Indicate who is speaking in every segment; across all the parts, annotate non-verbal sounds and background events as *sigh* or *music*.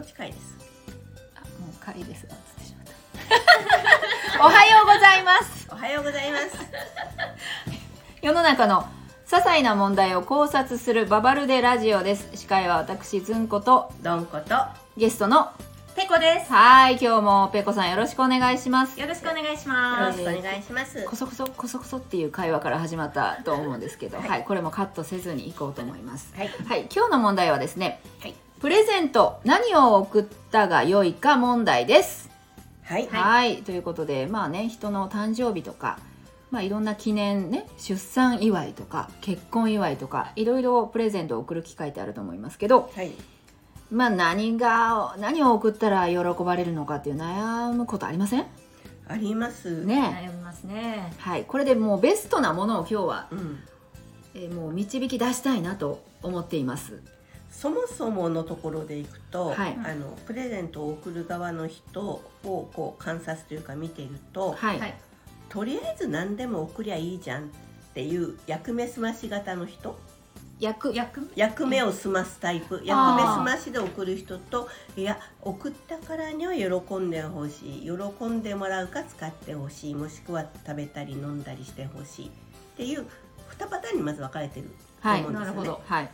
Speaker 1: っちかいです
Speaker 2: あもうかい *laughs* ですがつってしまったおはようございます
Speaker 1: おはようございます
Speaker 2: 世の中の些細な問題を考察するババルデラジオです司会は私ずんこと
Speaker 1: どんこと
Speaker 2: ゲストの
Speaker 1: ペコです
Speaker 2: はい今日もぺこさんよろしくお願いします
Speaker 3: よろしくお願いし
Speaker 1: よろ
Speaker 3: ま
Speaker 1: し
Speaker 3: す。
Speaker 1: くお願いします
Speaker 2: こそこそこそこそっていう会話から始まったと思うんですけど、はいこれもカットせずにいこうと思います、
Speaker 1: はい
Speaker 2: はい、今日の問題はですね、
Speaker 1: はい
Speaker 2: プレゼント何を送ったが良いか問題です
Speaker 1: はい
Speaker 2: はいということでまあね人の誕生日とかまあいろんな記念ね出産祝いとか結婚祝いとかいろいろプレゼントを送る機会ってあると思いますけど
Speaker 1: はい
Speaker 2: まあ何が何を送ったら喜ばれるのかっていう悩むことありません
Speaker 1: あります
Speaker 2: ね
Speaker 3: 悩みますね。
Speaker 2: はいこれでもうベストなものを今日は
Speaker 1: うん
Speaker 2: えーもう導き出したいなと思っています。
Speaker 1: そもそものところでいくと、
Speaker 2: はい
Speaker 1: あのプレゼントを送る側の人をこう観察というか見ていると、
Speaker 2: はい、
Speaker 3: はい
Speaker 1: とりあえず何でも送りゃいいじゃんっていう役目済まし型の人
Speaker 2: 役
Speaker 3: 役目
Speaker 1: 役目を済ますタイプ役
Speaker 2: あー
Speaker 1: 目済ましで送る人といや送ったからには喜んでほしい喜んでもらうか使ってほしいもしくは食べたり飲んだりしてほしいっていう2パターンにまず分かれてる
Speaker 2: はい、
Speaker 1: と思うん
Speaker 2: な
Speaker 1: です
Speaker 2: る
Speaker 1: よね
Speaker 2: ほど、はい、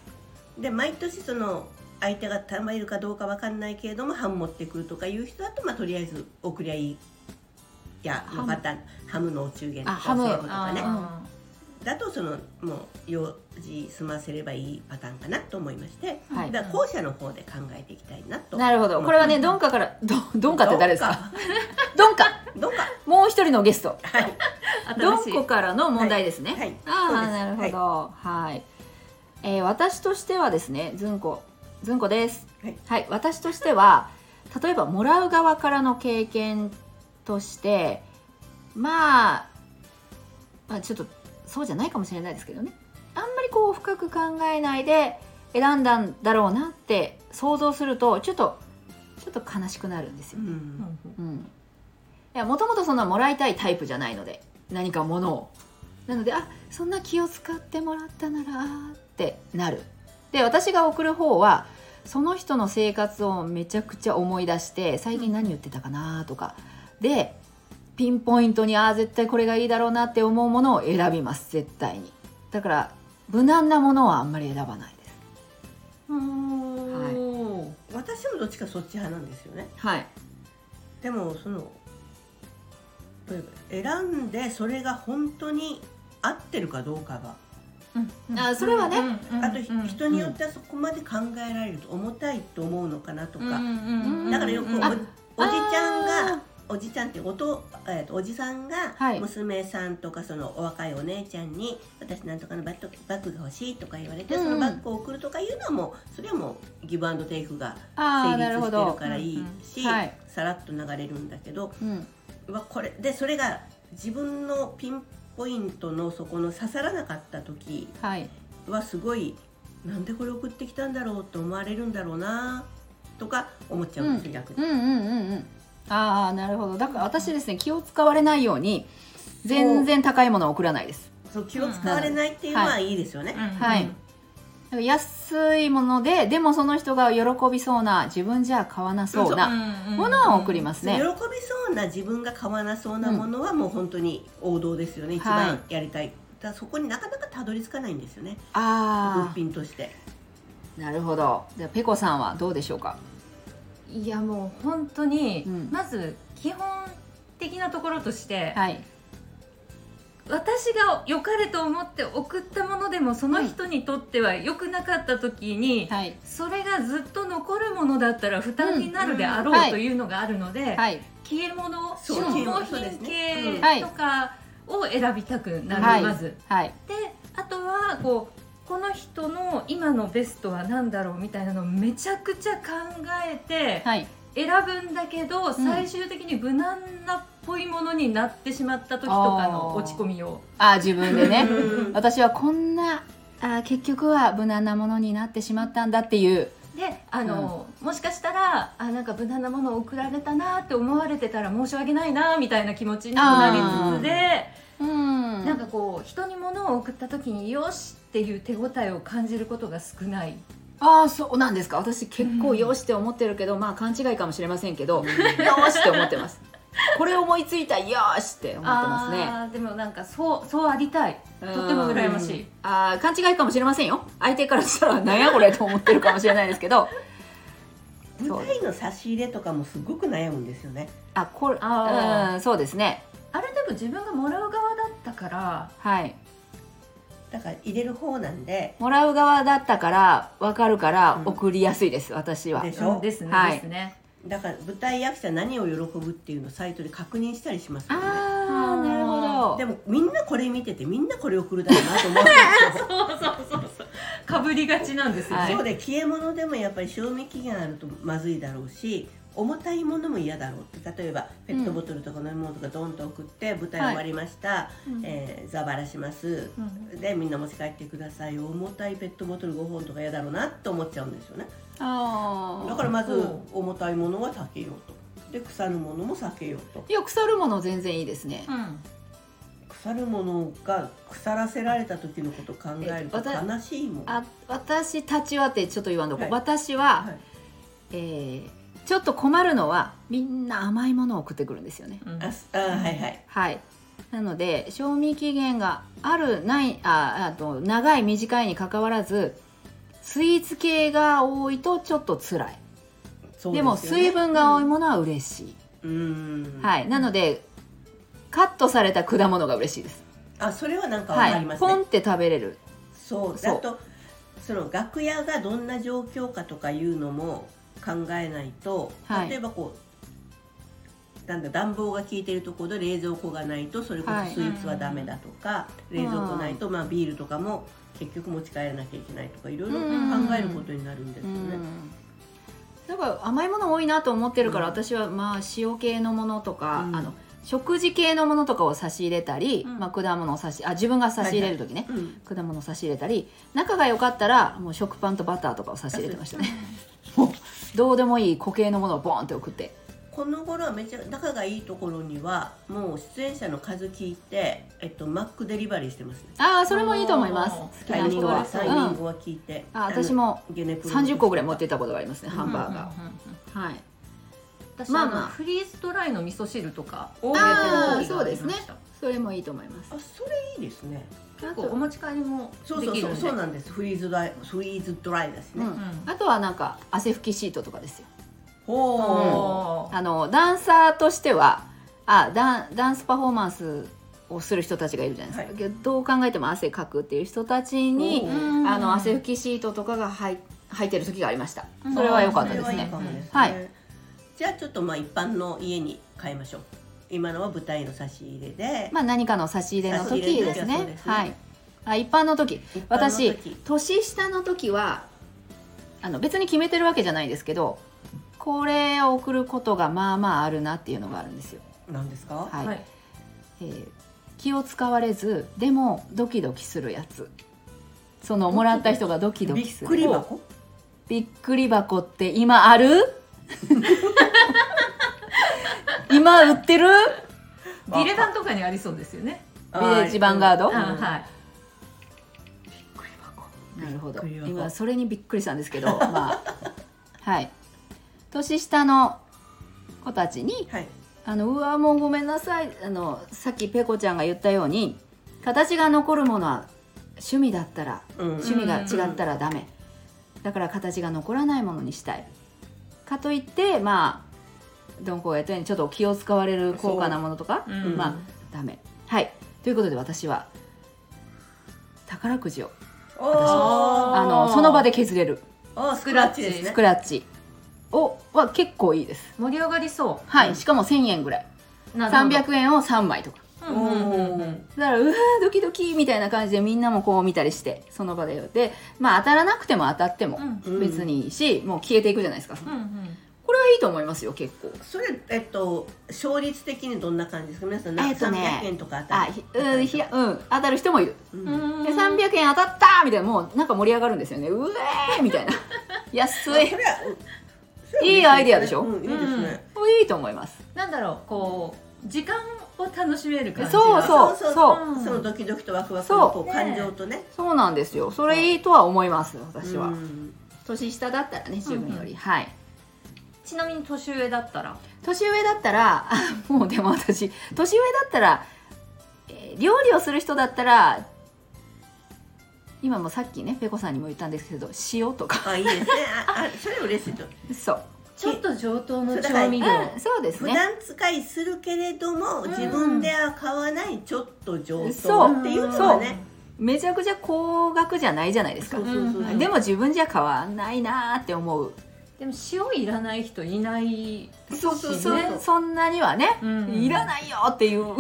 Speaker 1: で毎年その相手がたまいるかどうかわかんないけれども半持ってくるとかいう人だと、まあ、とりあえず送りゃいいや
Speaker 2: ハム
Speaker 1: のパターンハムのお中元と
Speaker 2: あ
Speaker 1: か
Speaker 2: ハ
Speaker 1: そう
Speaker 2: ム
Speaker 1: いうこと
Speaker 2: あ
Speaker 1: かね
Speaker 3: あ
Speaker 1: だとそのもう用事済ませればいいパターンかなと思いまして、
Speaker 2: はい
Speaker 1: だから後者の方で考えていきたいなと。
Speaker 2: なるほど、これはね、
Speaker 1: うん
Speaker 2: ドンカから、ど、ドンカって誰ですか。ドンカ、
Speaker 1: どうか
Speaker 2: もう一人のゲスト、
Speaker 1: はい
Speaker 3: ー
Speaker 2: ド
Speaker 3: 新し
Speaker 2: ン
Speaker 3: い
Speaker 2: コからの問題ですね。
Speaker 1: はい
Speaker 2: あ
Speaker 1: そう
Speaker 2: あ、
Speaker 1: です
Speaker 2: なるほど、はい、えー私としてはですね、ずんこ、ずんこです。
Speaker 1: はい、
Speaker 2: 私としては、例えばもらう側からの経験として。まあ、まあ、ちょっとそうじゃないかもしれないですけどねあんまりこう深く考えないで選んだんだろうなって想像するとちょっとちょっと悲しくなるんで
Speaker 1: う
Speaker 2: すよ、
Speaker 3: うん
Speaker 1: ん
Speaker 2: うん、いやもともとそんなもらいたいタイプじゃないので何かものをなのであそんな気を使ってもらったならあーってなるで私が送る方はその人の生活をめちゃくちゃ思い出して最近何言ってたかなとかでピンポイントにああ絶対これがいいだろうなって思うものを選びます絶対にだから無難なものはあんまり選ばないです
Speaker 3: おー
Speaker 1: 私もどっちかそっち派なんですよね
Speaker 2: はい
Speaker 1: でもその例えば選んでそれが本当に合ってるかどうかが
Speaker 3: うん
Speaker 2: あそれはね
Speaker 3: うんうん
Speaker 1: あとひ、
Speaker 3: うん
Speaker 1: 人によってはそこまで考えられると重たいと思うのかなと
Speaker 3: う
Speaker 1: か、
Speaker 3: んうんうん
Speaker 1: だからよくお,、
Speaker 3: うん
Speaker 2: あ
Speaker 1: おじちゃん
Speaker 2: あ
Speaker 1: がおじちゃんっておと、えーとおじさんが
Speaker 2: はい
Speaker 1: 娘さんとかそのお若いお姉ちゃんに「私なんとかのバットバッグが欲しい」とか言われて、
Speaker 2: うん
Speaker 1: そのバッグを送るとかいうのはもうそれはもうギブアンドテイクが成
Speaker 2: あーなる
Speaker 1: 立し
Speaker 2: ほ
Speaker 1: てる
Speaker 2: ど
Speaker 1: からいいし、
Speaker 2: うんうんはい
Speaker 1: さらっと流れるんだけど
Speaker 2: うん
Speaker 1: うわこれでそれが自分のピンポイントのそこの刺さらなかった時
Speaker 2: はい
Speaker 1: はすごいなんでこれ送ってきたんだろうと思われるんだろうなとか思っちゃうんですよ、逆
Speaker 2: う
Speaker 1: に。
Speaker 2: んうんうんうんああなるほどだから私ですね気を使われないように全然高いものを送らないです
Speaker 1: そう気を使われないっていうのはいいですよね。
Speaker 3: うん
Speaker 2: はいだから安いものででもその人が喜びそうな自分じゃ買わなそうなものを送り
Speaker 3: す。
Speaker 2: ます
Speaker 1: そう喜
Speaker 2: ね、
Speaker 1: びそうな自分が買わなそうなものはもう本当に王道ですよね、一
Speaker 2: はい
Speaker 1: 番やりたい。ただそこになかなかたどり着かないんですよね物
Speaker 2: あ
Speaker 1: 品として。
Speaker 2: あなるほどじゃあペコさんはどうでしょうか
Speaker 3: いやもう本当に
Speaker 2: うん
Speaker 3: まず基本的なところとして
Speaker 2: はい
Speaker 3: 私が良かれと思って送ったものでもその人にとっては良くなかった時に
Speaker 2: はい
Speaker 3: それがずっと残るものだったら負担になるであ
Speaker 2: うんうんは
Speaker 3: ろ
Speaker 2: い
Speaker 3: いというのがあるので
Speaker 2: はい
Speaker 3: 消え物
Speaker 1: そう
Speaker 3: 消耗
Speaker 1: そうです
Speaker 3: 品
Speaker 1: ねうん
Speaker 2: はい
Speaker 3: 系とかを選びたくなる、
Speaker 2: はい
Speaker 3: まず。
Speaker 2: はい
Speaker 3: であとはこうこの人の今のベストは何だろうみたいなのをめちゃくちゃ考えて
Speaker 2: はい
Speaker 3: 選ぶんだけど、最終的に無難なっぽいものになってしまった時とかの落ち込みを。
Speaker 2: ああ自分で *laughs* ね
Speaker 1: うん
Speaker 2: 私はこんなあー結局は無難なものになってしまったんだっていう
Speaker 3: であの、もしかしたらあなんか無難なものを送られたなって思われてたら申し訳ないなみたいな気持ちにもなりつつで。
Speaker 2: うん
Speaker 3: なんかこう人に物を送った時によしっていう手応えを感じることが少ない
Speaker 2: ああそうなんですか私結構よしって思ってるけど、まあ勘違いかもしれませんけど、よしって思ってますこれ思いついたよしって思ってますね
Speaker 3: あーでもなんかそうそうありたい
Speaker 2: うん
Speaker 3: とっても羨ましい、
Speaker 2: あー勘違いかもしれませんよ相手からしたら何やこれと思ってるかもしれないですけど
Speaker 1: 舞
Speaker 2: そう
Speaker 1: 台の差し入れとかもすごく悩むんですよね
Speaker 2: あこれ
Speaker 3: あー
Speaker 2: うんそうですね
Speaker 3: あれでも自分がもらう側だったから
Speaker 2: はい
Speaker 1: だから入れる方なんで
Speaker 2: もらう側だったから分かるから
Speaker 1: うん
Speaker 2: 送りやすいです、私は
Speaker 1: でしょ
Speaker 3: うんですね、
Speaker 2: はい
Speaker 3: ですね
Speaker 1: だから舞台役者何を喜ぶっていうのをサイトで確認したりしますよね
Speaker 2: あーなるほど
Speaker 1: でもみんなこれ見ててみんなこれ送るだろうなと思うんで
Speaker 3: そうそうそうそうかぶりがちなんですよね、
Speaker 2: は
Speaker 1: す
Speaker 2: い
Speaker 1: よそうで消え物でもやっぱり賞味期限あるとまずいだろうし重たいものも嫌だろうって例えばペットボトルとか飲み物とかドンと送って舞台終わりました、
Speaker 3: うん
Speaker 1: えー、ザバラします
Speaker 3: うん
Speaker 1: でみんな持ち帰ってください重たいペットボトル5本とか嫌だろうなと思っちゃうんですよね
Speaker 2: あー
Speaker 1: だからまず
Speaker 3: うん
Speaker 1: 重たいものは避けようとで腐るものも避けようと
Speaker 2: いや腐るもの全然いいですね、
Speaker 3: うん
Speaker 1: 腐るものが腐らせられた時のことを考えると
Speaker 2: えわた
Speaker 1: 悲しいもん
Speaker 2: あ私たちはってちょっと言わんとこ、
Speaker 1: はい
Speaker 2: 私は、
Speaker 1: はい
Speaker 2: えーちょっと困るのはみんな甘いものを送ってくるんですよね
Speaker 3: うん
Speaker 1: あすあはいはい
Speaker 2: はいなので賞味期限があるないああと長い短いにかかわらずスイーツ系が多いとちょっと辛い
Speaker 1: そう
Speaker 2: でも
Speaker 1: すよね
Speaker 2: 水分が多いものは嬉しい、
Speaker 1: うん
Speaker 2: はいなのでカットされた果物が嬉しいです、
Speaker 1: あそれはなんかわか
Speaker 2: は
Speaker 1: り
Speaker 2: い
Speaker 1: ますね、
Speaker 2: ポンって食べれる
Speaker 1: そう
Speaker 2: そ
Speaker 1: だ
Speaker 2: う
Speaker 1: とその楽屋がどんな状況かとかいうのも考えないと、
Speaker 2: はい
Speaker 1: 例えばこうなんだ暖房が効いてるところで冷蔵庫がないとそれこ
Speaker 2: はい
Speaker 1: そスイーツはダメだとか、
Speaker 2: うん
Speaker 1: 冷蔵庫ないと、まあ、ビールとかも結局持ち帰らなきゃいけないとかいろいろ考えることになるんです
Speaker 2: う
Speaker 1: よね。
Speaker 2: んだから甘いもの多いなと思ってるから、
Speaker 1: うん
Speaker 2: 私はまあ塩系のものとか、
Speaker 1: うん
Speaker 2: あの食事系のものとかを差し入れたり、
Speaker 3: うん
Speaker 2: まあ、果物を差しあ自分が差し入れる時ね、
Speaker 1: うん
Speaker 2: 果物を差し入れたり仲が良かったらもう食パンとバターとかを差し入れてましたねもう *laughs* どうでもいい固形のものをボーンって送って
Speaker 1: この頃はめちゃ仲がいいところにはもう出演者の数聞いて、えっと、マックデリバリーしてますね
Speaker 2: ああそれもいいと思います
Speaker 3: あー
Speaker 2: 好き
Speaker 1: タイ
Speaker 2: な
Speaker 1: ミン
Speaker 2: 人
Speaker 1: グ
Speaker 2: は
Speaker 1: は、タイミン
Speaker 2: うん
Speaker 1: グは聞いて、
Speaker 2: あ私も
Speaker 1: ゲネプロ
Speaker 2: 30個ぐらい持ってったことがありますね
Speaker 1: うん
Speaker 2: ハンバーガ
Speaker 3: うんうんうんうん
Speaker 2: ー、はい
Speaker 3: 私、
Speaker 2: まあ
Speaker 3: あ
Speaker 2: まあ
Speaker 3: のフリースドライの味噌汁とかを
Speaker 2: あー
Speaker 3: 入れてる時がありました
Speaker 2: それもいいと思います
Speaker 1: あそれいいですね
Speaker 3: 結構お持ち帰りも
Speaker 1: そう
Speaker 3: で
Speaker 1: そう
Speaker 3: き
Speaker 1: そ
Speaker 3: る
Speaker 1: うんそ
Speaker 3: で
Speaker 1: うなんですフリーズドライフリーズドライですね、
Speaker 2: うんあとはなんか汗拭きシートとかですよ
Speaker 1: ほ
Speaker 3: お
Speaker 2: あのダンサーとしてはあダンダンスパフォーマンスをする人たちがいるじゃないですか、
Speaker 1: はい
Speaker 2: けどどう考えても汗かくっていう人たち
Speaker 1: う
Speaker 2: に
Speaker 1: うん
Speaker 2: あの汗拭きシートとかが入入ってる時がありました
Speaker 3: うん
Speaker 2: それは良かったで
Speaker 1: そ
Speaker 2: す
Speaker 1: れはいい
Speaker 2: ね
Speaker 1: かもですね、
Speaker 2: はい
Speaker 1: じゃあちょっとまあ一般の家に変えましょう今のは舞台の差し入れで、
Speaker 2: まあ何かの差し入れの
Speaker 1: 差
Speaker 2: 時です
Speaker 1: し入れの時はそう
Speaker 2: ね
Speaker 1: ですね
Speaker 2: はいあ一般の時
Speaker 1: 一般の
Speaker 2: 私
Speaker 1: 時
Speaker 2: 年下の時はあの別に決めてるわけじゃないですけどこれを送ることがまあまああるなっていうのがあるんですよ
Speaker 1: 何ですか、
Speaker 2: はい、
Speaker 3: はい
Speaker 2: えー気を使われずでもドキドキするやつそのもらった人がドキド
Speaker 1: び
Speaker 2: キ
Speaker 1: っ
Speaker 2: する
Speaker 1: くり箱
Speaker 2: びっくり箱って今ある *laughs* 今売ってる
Speaker 3: ディレ版とかにありそうですよね
Speaker 1: ビ
Speaker 2: レッジヴァンガード
Speaker 3: あはい
Speaker 1: びっくり箱
Speaker 2: なるほど
Speaker 1: びっくり箱
Speaker 2: 今それにびっくりしたんですけど *laughs* まあはい年下の子たちに
Speaker 1: はい
Speaker 2: あのうわもうごめんなさいあのさっきペコちゃんが言ったように形が残るものは趣味だったら
Speaker 1: うん
Speaker 2: 趣味が違ったらダメ、だから形が残らないものにしたいかといってまあどんこがやったようにちょっと気を使われる高価なものとか
Speaker 3: うん
Speaker 2: まダメはいということで私は宝くじを
Speaker 1: お
Speaker 3: あ
Speaker 1: ー
Speaker 2: あのその場で削れる
Speaker 1: あースクラッチですね
Speaker 2: スクラッチをは結構いいです
Speaker 3: 盛り上がりそ
Speaker 2: はい、
Speaker 1: うん
Speaker 2: しかも1000円ぐらいう
Speaker 3: なるほ
Speaker 2: 300円を3枚とか
Speaker 3: どうんうんうんうん
Speaker 2: だからうわードキドキみたいな感じでみんなもこう見たりしてその場ででまあ当たらなくても当たっても
Speaker 3: うん
Speaker 1: うん
Speaker 2: 別にいいし、もう消えていくじゃないですか、
Speaker 3: うんうん
Speaker 2: これはいいと思いますよ結構
Speaker 1: それえっと勝率的にどんな感じですか皆さん
Speaker 2: えっとね
Speaker 1: 300円とか当た
Speaker 2: あ
Speaker 1: る
Speaker 2: ひうんひやうん当たる人もいる
Speaker 1: うん
Speaker 2: で300円当たったみたいなもうなんか盛り上がるんですよねうえーみたいな *laughs* 安い
Speaker 1: それはそれは嬉し
Speaker 2: いいアイデアでしょ
Speaker 1: うん、いいですね、
Speaker 2: いいと思います
Speaker 3: なんだろうこう時間を楽しめる感じが
Speaker 2: そうそう
Speaker 1: そうそう
Speaker 2: そう
Speaker 3: うん
Speaker 1: そのドキドキとワクワクのこう
Speaker 3: そう
Speaker 1: 感情とね
Speaker 2: そうなんですよそれいいとは思います私
Speaker 1: う
Speaker 2: は
Speaker 1: ん
Speaker 2: 年下だったらね自分より、はい
Speaker 3: ちなみに年上だったら
Speaker 2: 年上だったら *laughs* あもうでも私年上だったら、えー料理をする人だったら今もさっきねペコさんにも言ったんですけど塩とか
Speaker 1: あいいですねああそれ嬉しいと
Speaker 2: *laughs* そう、
Speaker 3: ちょっと上等
Speaker 1: そ
Speaker 3: の
Speaker 1: れ
Speaker 3: 調味
Speaker 2: う
Speaker 3: 料
Speaker 2: ん、そうです
Speaker 1: 普
Speaker 2: ね
Speaker 1: 段使いするけれども、
Speaker 3: うん
Speaker 1: 自分では買わないちょっと上
Speaker 2: そ
Speaker 1: 等
Speaker 2: う
Speaker 1: っていうのはね
Speaker 2: めちゃくちゃ高額じゃないじゃないですか
Speaker 1: そうそうそうそう
Speaker 3: うん
Speaker 2: でも自分じゃ買わないなーって思う
Speaker 3: でも塩いらない人いない
Speaker 2: そう
Speaker 3: そう
Speaker 2: そそんなにはね、
Speaker 3: うん
Speaker 2: いらないよっていう *laughs*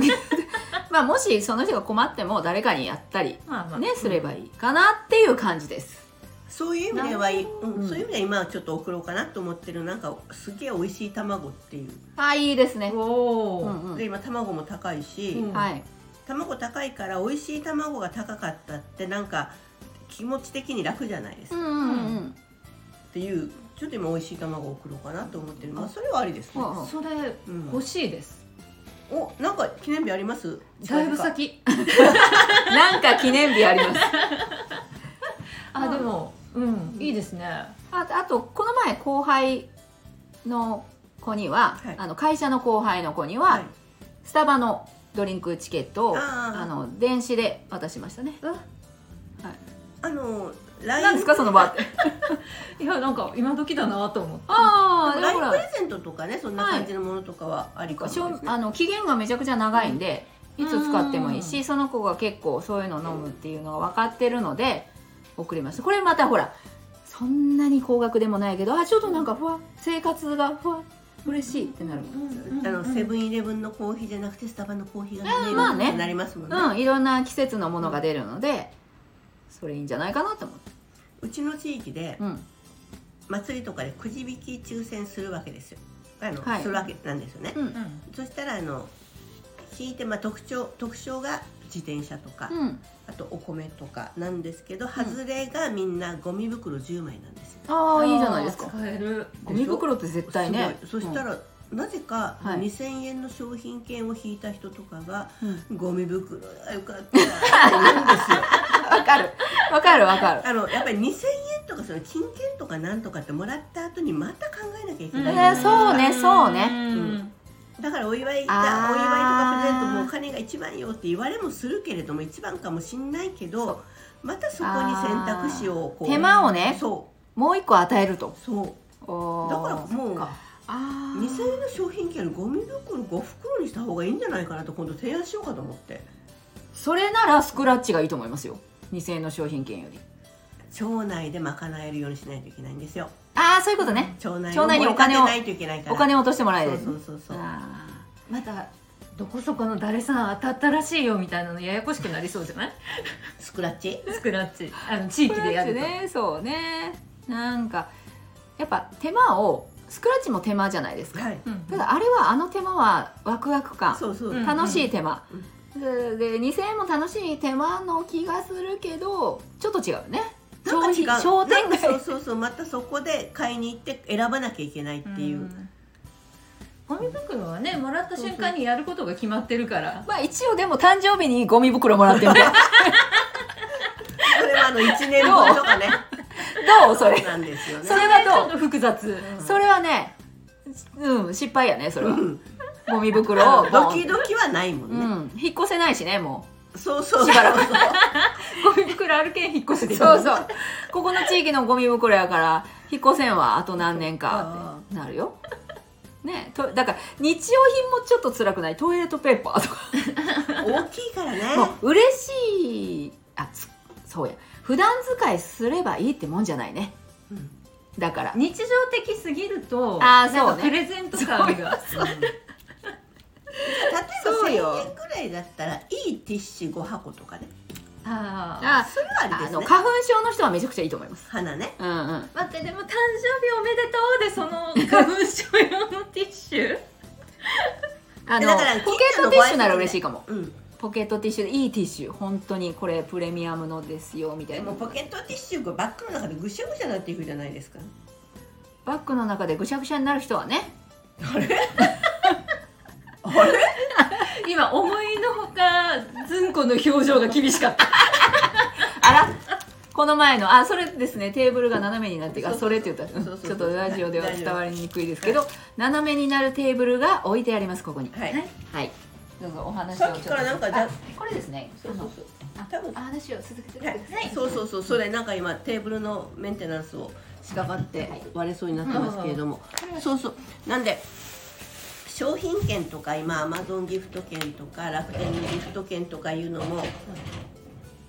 Speaker 2: まあもしその人が困っても誰かにやったり
Speaker 3: まあまあ
Speaker 2: ねすればいいかなっていう感じです
Speaker 1: そういう意味では、う、
Speaker 2: うんん
Speaker 1: そういう意味では今はちょっと送ろうかなと思ってるなんかすげえ美味しい卵っていう、
Speaker 2: あいいですね、
Speaker 3: おお、
Speaker 2: うんうん
Speaker 1: で今卵も高いし、
Speaker 3: うん
Speaker 2: はい
Speaker 1: 卵高いから美味しい卵が高かったってなんか気持ち的に楽じゃないです
Speaker 2: う
Speaker 1: か、
Speaker 2: んうんうん
Speaker 1: っていうちょっと今美味しい卵を送ろうかなと思ってるまあそれはありですね、
Speaker 2: うん
Speaker 3: それ
Speaker 1: うん
Speaker 3: 欲しいです、
Speaker 1: おなんか記念日あります
Speaker 3: だいぶ先
Speaker 2: なんか記念日 *laughs* あります
Speaker 3: あでもう
Speaker 2: ん
Speaker 3: んいいですね
Speaker 2: ああとこの前後輩の子には、
Speaker 1: はい
Speaker 2: あの会社の後輩の子には、
Speaker 1: はい
Speaker 2: スタバのドリンクチケットを
Speaker 1: あー
Speaker 2: あの電子で渡しましたね
Speaker 1: あの
Speaker 2: 何
Speaker 1: LINE
Speaker 2: ですかその場って
Speaker 3: いやなんか今時だなと思って
Speaker 2: ああ
Speaker 1: で
Speaker 2: だ
Speaker 1: も
Speaker 2: か
Speaker 1: LINE
Speaker 2: ら
Speaker 1: プレゼントとかねそんな感じのものとかはありかもです
Speaker 2: 賞味
Speaker 1: ね、
Speaker 2: あの期限がめちゃくちゃ長いんで、
Speaker 3: うん
Speaker 2: いつ使ってもいいうしその子が結構そういうの飲むっていうのが分かってるので送りましたこれまたほらそんなに高額でもないけどあちょっとなんかふわ生活がふわ嬉しいってなる
Speaker 1: あのセブンイレブンのコーヒーじゃなくてスタバのコーヒーが飲める
Speaker 2: まあね
Speaker 1: ってなりますもんね,、
Speaker 2: うんいろんな季節のものが出るのでそれいいんじゃないかなと思って、
Speaker 1: うちの地域で
Speaker 2: うん、
Speaker 1: 祭りとかでくじ引き抽選するわけですよあの、
Speaker 2: はい
Speaker 1: するわけなんですよね、
Speaker 2: うん
Speaker 3: うん
Speaker 1: そしたらあの引いて、まあ、特徴特徴が自転車とか、
Speaker 2: うん、
Speaker 1: あとお米とかなんですけど外れがみんなゴミ袋10枚なんですよ、
Speaker 2: ああいいじゃないですか
Speaker 3: 使える
Speaker 2: ゴミ袋って絶対ね
Speaker 1: すごいそした、ら、なぜか
Speaker 2: はい
Speaker 1: 2000円の商品券を引いた人とかが
Speaker 2: うんう
Speaker 1: 「
Speaker 2: ん
Speaker 1: ゴミ袋がよかった」って言うんですよ。
Speaker 2: *laughs* わかるわかるわかる
Speaker 1: あのやっぱり2000円とかその金券とかなんとかってもらった後にまた考えなきゃいけないじゃないですか、
Speaker 2: そうねそうね
Speaker 3: ん
Speaker 1: だからお祝いだ
Speaker 2: あー
Speaker 1: お祝いとかプレゼントもお金が一番よって言われもするけれども一番かもしんないけどまたそこに選択肢をこう
Speaker 2: 手間をね
Speaker 1: そ
Speaker 2: もう一個与えると
Speaker 1: うそう
Speaker 2: お
Speaker 1: だからもう
Speaker 2: ああー
Speaker 1: 2000円の商品券のゴミ袋5袋にした方がいいんじゃないかなと今度提案しようかと思って
Speaker 2: それならスクラッチがいいと思いますよ2000円の商品券より
Speaker 1: 町内で賄えるようにしないといけないんですよ
Speaker 2: ああそういうことね
Speaker 1: 町内
Speaker 2: 町内にお金を
Speaker 1: もう立てないといけないから
Speaker 2: お金を落としてもらえる
Speaker 1: そうそうそうそう
Speaker 2: あ
Speaker 3: またどこそこの誰さん当たったらしいよみたいなのややこしくなりそうじゃない
Speaker 1: スクラッチ
Speaker 3: スクラッチあの地
Speaker 2: ー
Speaker 3: 域でや
Speaker 2: ス
Speaker 3: ると
Speaker 2: クラッチねそうねなんかやっぱ手間をスクラッチも手間じゃないですか、
Speaker 1: はい
Speaker 3: うん
Speaker 2: ただあれはあの手間はワクワク感
Speaker 1: そうそう、
Speaker 3: うん
Speaker 2: 楽しい手間、で2000円も楽しい手間の気がするけどちょっと違うね
Speaker 1: なんか違う
Speaker 2: 商店
Speaker 1: なんかそう
Speaker 2: 街
Speaker 1: そうそうまたそこで買いに行って選ばなきゃいけないっていう、
Speaker 3: んゴミ袋はねもらった瞬間にやることが決まってるから
Speaker 2: まあ一応でも誕生日にゴミ袋もらってみて
Speaker 1: それはあの1年分とかね
Speaker 2: どうそれ
Speaker 1: なんですよね
Speaker 2: それはどう
Speaker 3: ちょっと複雑
Speaker 2: それはねうん失敗やねそれは
Speaker 1: うん
Speaker 2: ゴミ袋
Speaker 1: *laughs*
Speaker 2: を
Speaker 1: ドキ
Speaker 2: ド
Speaker 1: ドキはないも
Speaker 2: うん
Speaker 1: ね、
Speaker 2: ん引っ越せないしねも
Speaker 1: そうそう
Speaker 2: しばらく
Speaker 1: そうそう
Speaker 3: ゴミ袋あるけん引っ越し
Speaker 2: う
Speaker 3: て
Speaker 2: そう
Speaker 3: う
Speaker 2: そう *laughs* ここの地域のゴミ袋やから引っ越せんわあと何年かってなるよねとだから日用品もちょっと辛くないトイレットペーパーとか
Speaker 1: 大きいからね
Speaker 2: もう嬉しいあつそうや普段使いすればいいってもんじゃないね
Speaker 1: うん
Speaker 2: だから
Speaker 3: 日常的すぎると
Speaker 2: あーそうね
Speaker 3: なんかプレゼント感が
Speaker 2: そう
Speaker 1: 例えば
Speaker 2: よ
Speaker 1: 1000円くらいだったらいいティッシュ5箱とかね
Speaker 3: あー
Speaker 2: あ
Speaker 1: それはあり
Speaker 2: あ
Speaker 1: です
Speaker 2: の
Speaker 1: ね
Speaker 2: 花粉症の人はめちゃくちゃいいと思います
Speaker 1: 花ね
Speaker 2: うんうん
Speaker 3: 待ってでも誕生日おめでとうでその花粉症用のティッシュ
Speaker 2: あの
Speaker 1: だから
Speaker 2: ポケットティッシュなら嬉しいかも
Speaker 1: うん
Speaker 2: ポケットティッシュでいいティッシュ本当にこれプレミアムのですよみた
Speaker 1: で
Speaker 2: いな
Speaker 1: もポケットティッシュがバッグの中でぐしゃぐしゃなっていくじゃないですか
Speaker 2: バッグの中でぐしゃぐしゃになる人はね
Speaker 3: 今思いのほかずんこの表情が厳しかった
Speaker 2: あら *laughs* この前のあそれですねテーブルが斜めになってるあ
Speaker 1: そ
Speaker 2: そ
Speaker 1: そ
Speaker 2: うれ
Speaker 1: う
Speaker 2: って言った
Speaker 1: そうそうそう
Speaker 2: ちょっとラジオでは
Speaker 1: 大丈夫
Speaker 2: 伝わりにくいですけど斜めになるテーブルが置いてありますここに
Speaker 1: はい、
Speaker 3: はい
Speaker 2: はいどうぞお話を
Speaker 1: さっきからなんか
Speaker 2: ちょっとあこれですね
Speaker 1: そうそうそう
Speaker 2: あの
Speaker 1: 多分
Speaker 2: あ話を続けてく
Speaker 1: は
Speaker 2: だ
Speaker 1: い
Speaker 2: さい、
Speaker 1: そうそうそうそれなんか今テーブルのメンテナンスをしかかって割れそうになってますけれども、そうそうなんで商品券とか今アマゾンギフト券とか楽天ギフト券とかいうのも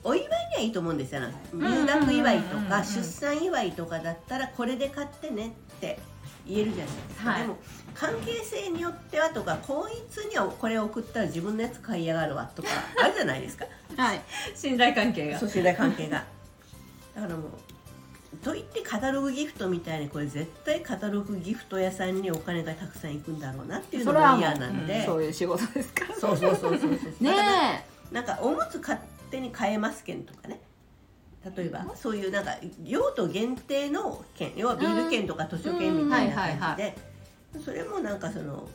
Speaker 1: お祝いにはいいと思うんですよね入学祝いと
Speaker 3: うんうんうんうん
Speaker 1: か出産祝いとかだったらこれで買ってねって言えるじゃないですか、
Speaker 3: はい
Speaker 1: でも関係性によってはとかこいつにはこれ送ったら自分のやつ買いやがるわとかあるじゃないですか
Speaker 2: はい
Speaker 3: 信頼関係が
Speaker 1: そう信頼関係がだからもうといってカタログギフトみたいにこれ絶対カタログギフト屋さんにお金がたくさん行くんだろうなっていうの
Speaker 2: それは
Speaker 1: も
Speaker 2: もう
Speaker 1: 嫌なんで
Speaker 2: そういう仕事ですから
Speaker 1: そうそうそうそうそう
Speaker 2: ね
Speaker 1: だから
Speaker 2: え
Speaker 1: なんかおむつ勝手に買えます券とかね例えばそういうなんか用途限定の券要はビール券とか図書券みたいな
Speaker 2: うんはい
Speaker 1: 感
Speaker 2: は
Speaker 1: じでそれもなんかその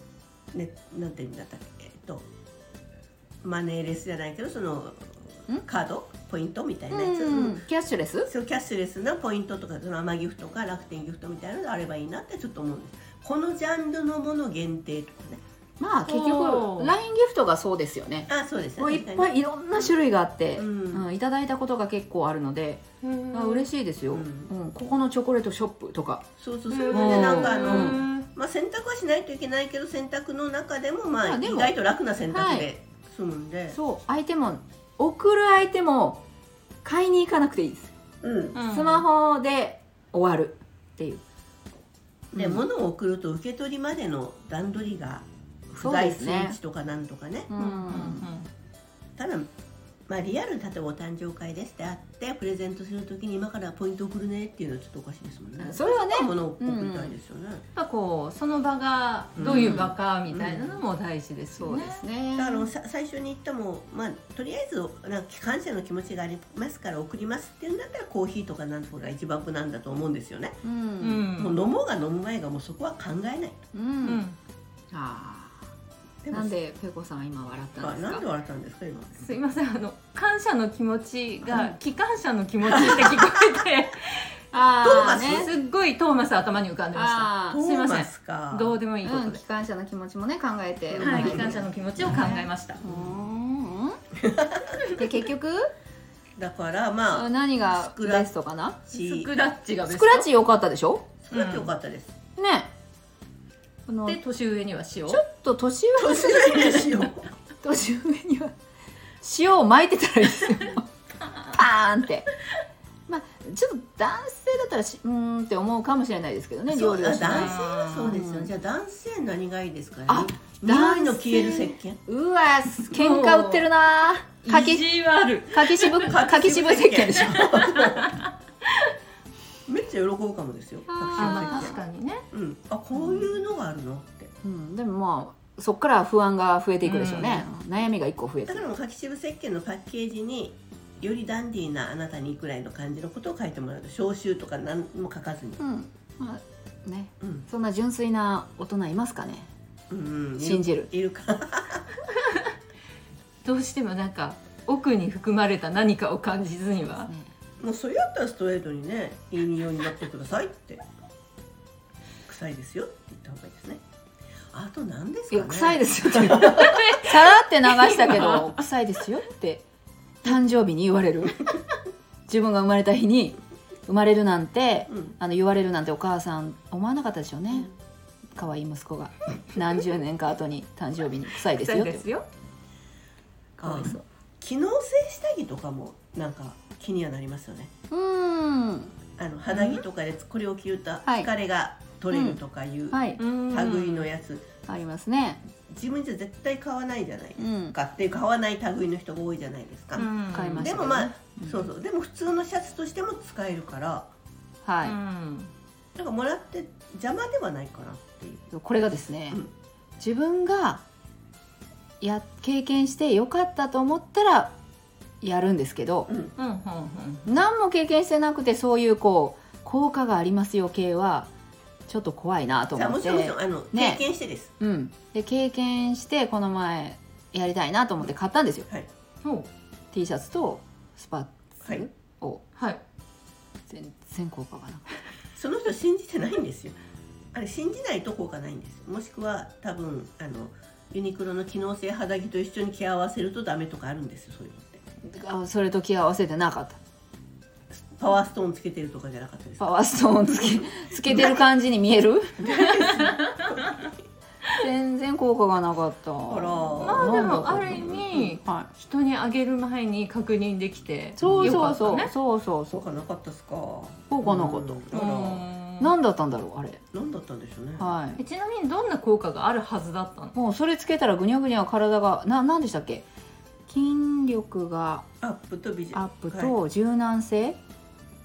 Speaker 1: ねなんていうんだったっけえっとマネーレスじゃないけどその
Speaker 2: ん
Speaker 1: カードポイントみたいなやつ、
Speaker 2: うんキャッシュレス
Speaker 1: そうキャッシュレスなポイントとかそのアマギフトか楽天ギフトみたいなのがあればいいなってちょっと思うんですこのジャンルのもの限定とかね
Speaker 2: まあ結
Speaker 3: お
Speaker 2: 局
Speaker 3: ー
Speaker 2: LINE ギフトがそうですよね
Speaker 1: あそうです
Speaker 2: もういっぱ
Speaker 1: い
Speaker 2: いいろんな種類があって、
Speaker 1: う
Speaker 2: うんんいただいたことが結構あるので、あ嬉
Speaker 1: い
Speaker 2: しいですよ、
Speaker 1: う
Speaker 2: うんんここのチョコレートショップとか
Speaker 1: そうそうそれでなんかあの、まあ、選択はしないといけないけど選択の中でもま
Speaker 2: ま
Speaker 1: あ
Speaker 2: あで
Speaker 1: 意
Speaker 2: も
Speaker 1: 外と楽な選択
Speaker 2: は
Speaker 1: で済むんで、
Speaker 2: そう相手も送る相手も買いに行かなくていいです、
Speaker 1: うん、
Speaker 2: スマホで終わるっていう
Speaker 1: で、
Speaker 2: うん
Speaker 1: 物を送ると受け取りまでの段取りが不在数値とかなんとかね
Speaker 2: う
Speaker 3: うん
Speaker 2: ん
Speaker 1: ただまあリアルに例えばお誕生会ですってあってプレゼントするときに今からポイント送るねっていうのはちょっとおかしいですもんね
Speaker 2: それはね
Speaker 1: ものを送りたいですよね、
Speaker 3: やっぱこうその場がどういう場かみたいなのも大事です
Speaker 2: そ
Speaker 3: よ
Speaker 2: う
Speaker 3: ね
Speaker 2: で。すね
Speaker 1: だからさ最初に言ったもんまあとりあえずなんか感謝の気持ちがありますから送りますっていうんだったらコーヒーとかなんとかが一番無難だと思うんですよね、
Speaker 2: う
Speaker 3: うんん
Speaker 1: もう飲もうが飲む前がもうそこは考えない
Speaker 2: うん、
Speaker 3: うん
Speaker 2: あ
Speaker 1: で
Speaker 2: ーなんでペコさんは今笑ったんです
Speaker 1: なん
Speaker 2: か
Speaker 1: で笑ったんですか今
Speaker 3: すいませんあの感謝の気持ちが機関車の気持ちって聞こえ
Speaker 2: あ
Speaker 1: トーマス
Speaker 3: てすっごいトーマス頭に浮かんでま
Speaker 2: あ
Speaker 1: ト
Speaker 2: ー
Speaker 3: すいま
Speaker 1: ー
Speaker 3: せん
Speaker 1: マスか
Speaker 3: したどうでもいいこ
Speaker 2: う
Speaker 3: と
Speaker 2: ん、
Speaker 3: で
Speaker 2: 機、関車の気持ちもね考えて、
Speaker 1: うん
Speaker 3: はい
Speaker 1: うん
Speaker 3: 機関車の気持ちを考えました、
Speaker 2: うーんで結局
Speaker 1: だからまあ
Speaker 2: 何が
Speaker 1: スクラッ
Speaker 2: ベストかな
Speaker 1: し
Speaker 3: スクラッチがベ
Speaker 2: ス
Speaker 3: ス
Speaker 2: ク
Speaker 3: ト
Speaker 2: ラッチ良かったでしょ
Speaker 1: スクラッチ良かったです、
Speaker 2: ねこの
Speaker 3: で
Speaker 2: ち
Speaker 3: 年上には塩
Speaker 2: ょっと年上
Speaker 1: 年上ですよ
Speaker 2: *laughs* 年上には塩を撒いてたらいいですよパーンってまあちょっと男性だったらしうーんって思うかもしれないですけどね
Speaker 1: そ
Speaker 2: 料
Speaker 1: う
Speaker 2: 理
Speaker 1: だ
Speaker 2: を
Speaker 1: 男
Speaker 2: し
Speaker 1: 性
Speaker 2: ない
Speaker 1: はそうですよ、
Speaker 2: うん
Speaker 1: じゃあ男性何がいいですかね
Speaker 2: あ
Speaker 1: 匂いの消える石鹸
Speaker 2: うわ喧嘩売ってるなか
Speaker 3: 意
Speaker 2: き
Speaker 3: 地悪
Speaker 2: か
Speaker 1: *laughs*
Speaker 2: き渋かき渋石鹸でしょ
Speaker 1: めっちゃ喜ぶかもですよ
Speaker 2: あーまあ
Speaker 1: 隠し
Speaker 2: 確
Speaker 1: 味石鹸
Speaker 3: にね
Speaker 1: うん、あこういうのがあるのって
Speaker 2: うん、でもまあそこから不安が増えていくでしょうね、悩みが一個増えて
Speaker 1: だからもう柿渋石鹸のパッケージによりダンディーなあなたにくらいの感じのことを書いてもらうと消臭とか何も書かずに、
Speaker 2: うんまあね
Speaker 1: うん
Speaker 2: そんな純粋な大人いますかね
Speaker 1: うんうん、
Speaker 2: 信じる
Speaker 1: いるか
Speaker 3: どうしてもなんか奥に含まれた何かを感じずには
Speaker 2: ね
Speaker 1: もうそれやったらストレートにねいい匂いになってくださいって臭いですよって言った方がいいですねあと何ですか
Speaker 2: い
Speaker 1: ね
Speaker 2: や臭いですよって *laughs* さらって流したけど臭いですよって誕生日に言われる自分が生まれた日に生まれるなんて
Speaker 1: うん
Speaker 2: あの言われるなんてお母さん思わなかったでしょうね可愛い息子が何十年か後に誕生日に臭いですよって
Speaker 3: よ
Speaker 2: かわいそう
Speaker 1: 機能性下着とかもなんか気にはなりますよね
Speaker 2: うーん
Speaker 1: あの肌着とかでこれを着ると疲れが取れるとかいう
Speaker 2: はい
Speaker 1: 類のやつ
Speaker 2: ありますね
Speaker 1: 自分じゃ絶対買わないじゃない
Speaker 2: うん
Speaker 1: かっていう買わない類の人が多いじゃないですか、
Speaker 2: 買いま
Speaker 1: で
Speaker 2: したけ
Speaker 1: も
Speaker 2: どね
Speaker 1: まあ、
Speaker 2: うん
Speaker 1: そうそうでも普通のシャツとしても使えるから
Speaker 2: はい、
Speaker 1: なんかもらって邪魔ではないかなっていう
Speaker 2: これがですね、
Speaker 1: うん
Speaker 2: 自分がや経験してよかったと思ったらやるんですけど、
Speaker 1: うん
Speaker 3: うんうん
Speaker 2: 何も経験してなくてそういうこう効果がありますよ系はちょっと怖いなと
Speaker 1: じゃあ
Speaker 2: 思
Speaker 1: も
Speaker 2: っ
Speaker 1: ち
Speaker 2: て
Speaker 1: ろんもちろんあの、
Speaker 2: ね
Speaker 1: 経験してです
Speaker 2: うん、で経験してこの前やりたいなと思って買ったんですよ
Speaker 1: はい
Speaker 2: T シャツとスパッ
Speaker 1: はい
Speaker 2: ツを
Speaker 3: はい
Speaker 2: 全然効果がなかっ
Speaker 1: その人信じてないんですよあれ信じないと効果ないんですもしくは多分あのユニクロの機能性肌着と一緒に着合わせるとダメとかあるんですよそういうのって
Speaker 2: たあそれと気合わせてなかった
Speaker 1: パワーストーンつけてるとかじゃなかったです
Speaker 2: パワーストーン *laughs* つけつけてる感じに見え *laughs* る全然効果がなかった
Speaker 1: あら
Speaker 3: まあ
Speaker 2: な
Speaker 3: でも
Speaker 2: んだか
Speaker 3: ある意味
Speaker 2: は
Speaker 3: 人にあげる前に確認できて
Speaker 2: い、そう
Speaker 3: よ
Speaker 2: そ
Speaker 3: か
Speaker 2: う
Speaker 3: った
Speaker 2: そう、
Speaker 3: ね
Speaker 2: そうそうそ
Speaker 1: 効果
Speaker 2: う
Speaker 1: なかったっすか
Speaker 2: 効果なかった
Speaker 1: うん
Speaker 3: う
Speaker 1: あ
Speaker 3: ん
Speaker 2: 何だったんだろうあれ
Speaker 1: ら何だったんでしょうね
Speaker 2: は
Speaker 3: えちなみにどんな効果があるはずだったの
Speaker 2: いもうそれつけたらぐにゃぐにゃ体がな何でしたっけ筋力が
Speaker 1: アップと美術
Speaker 2: アップと柔軟性、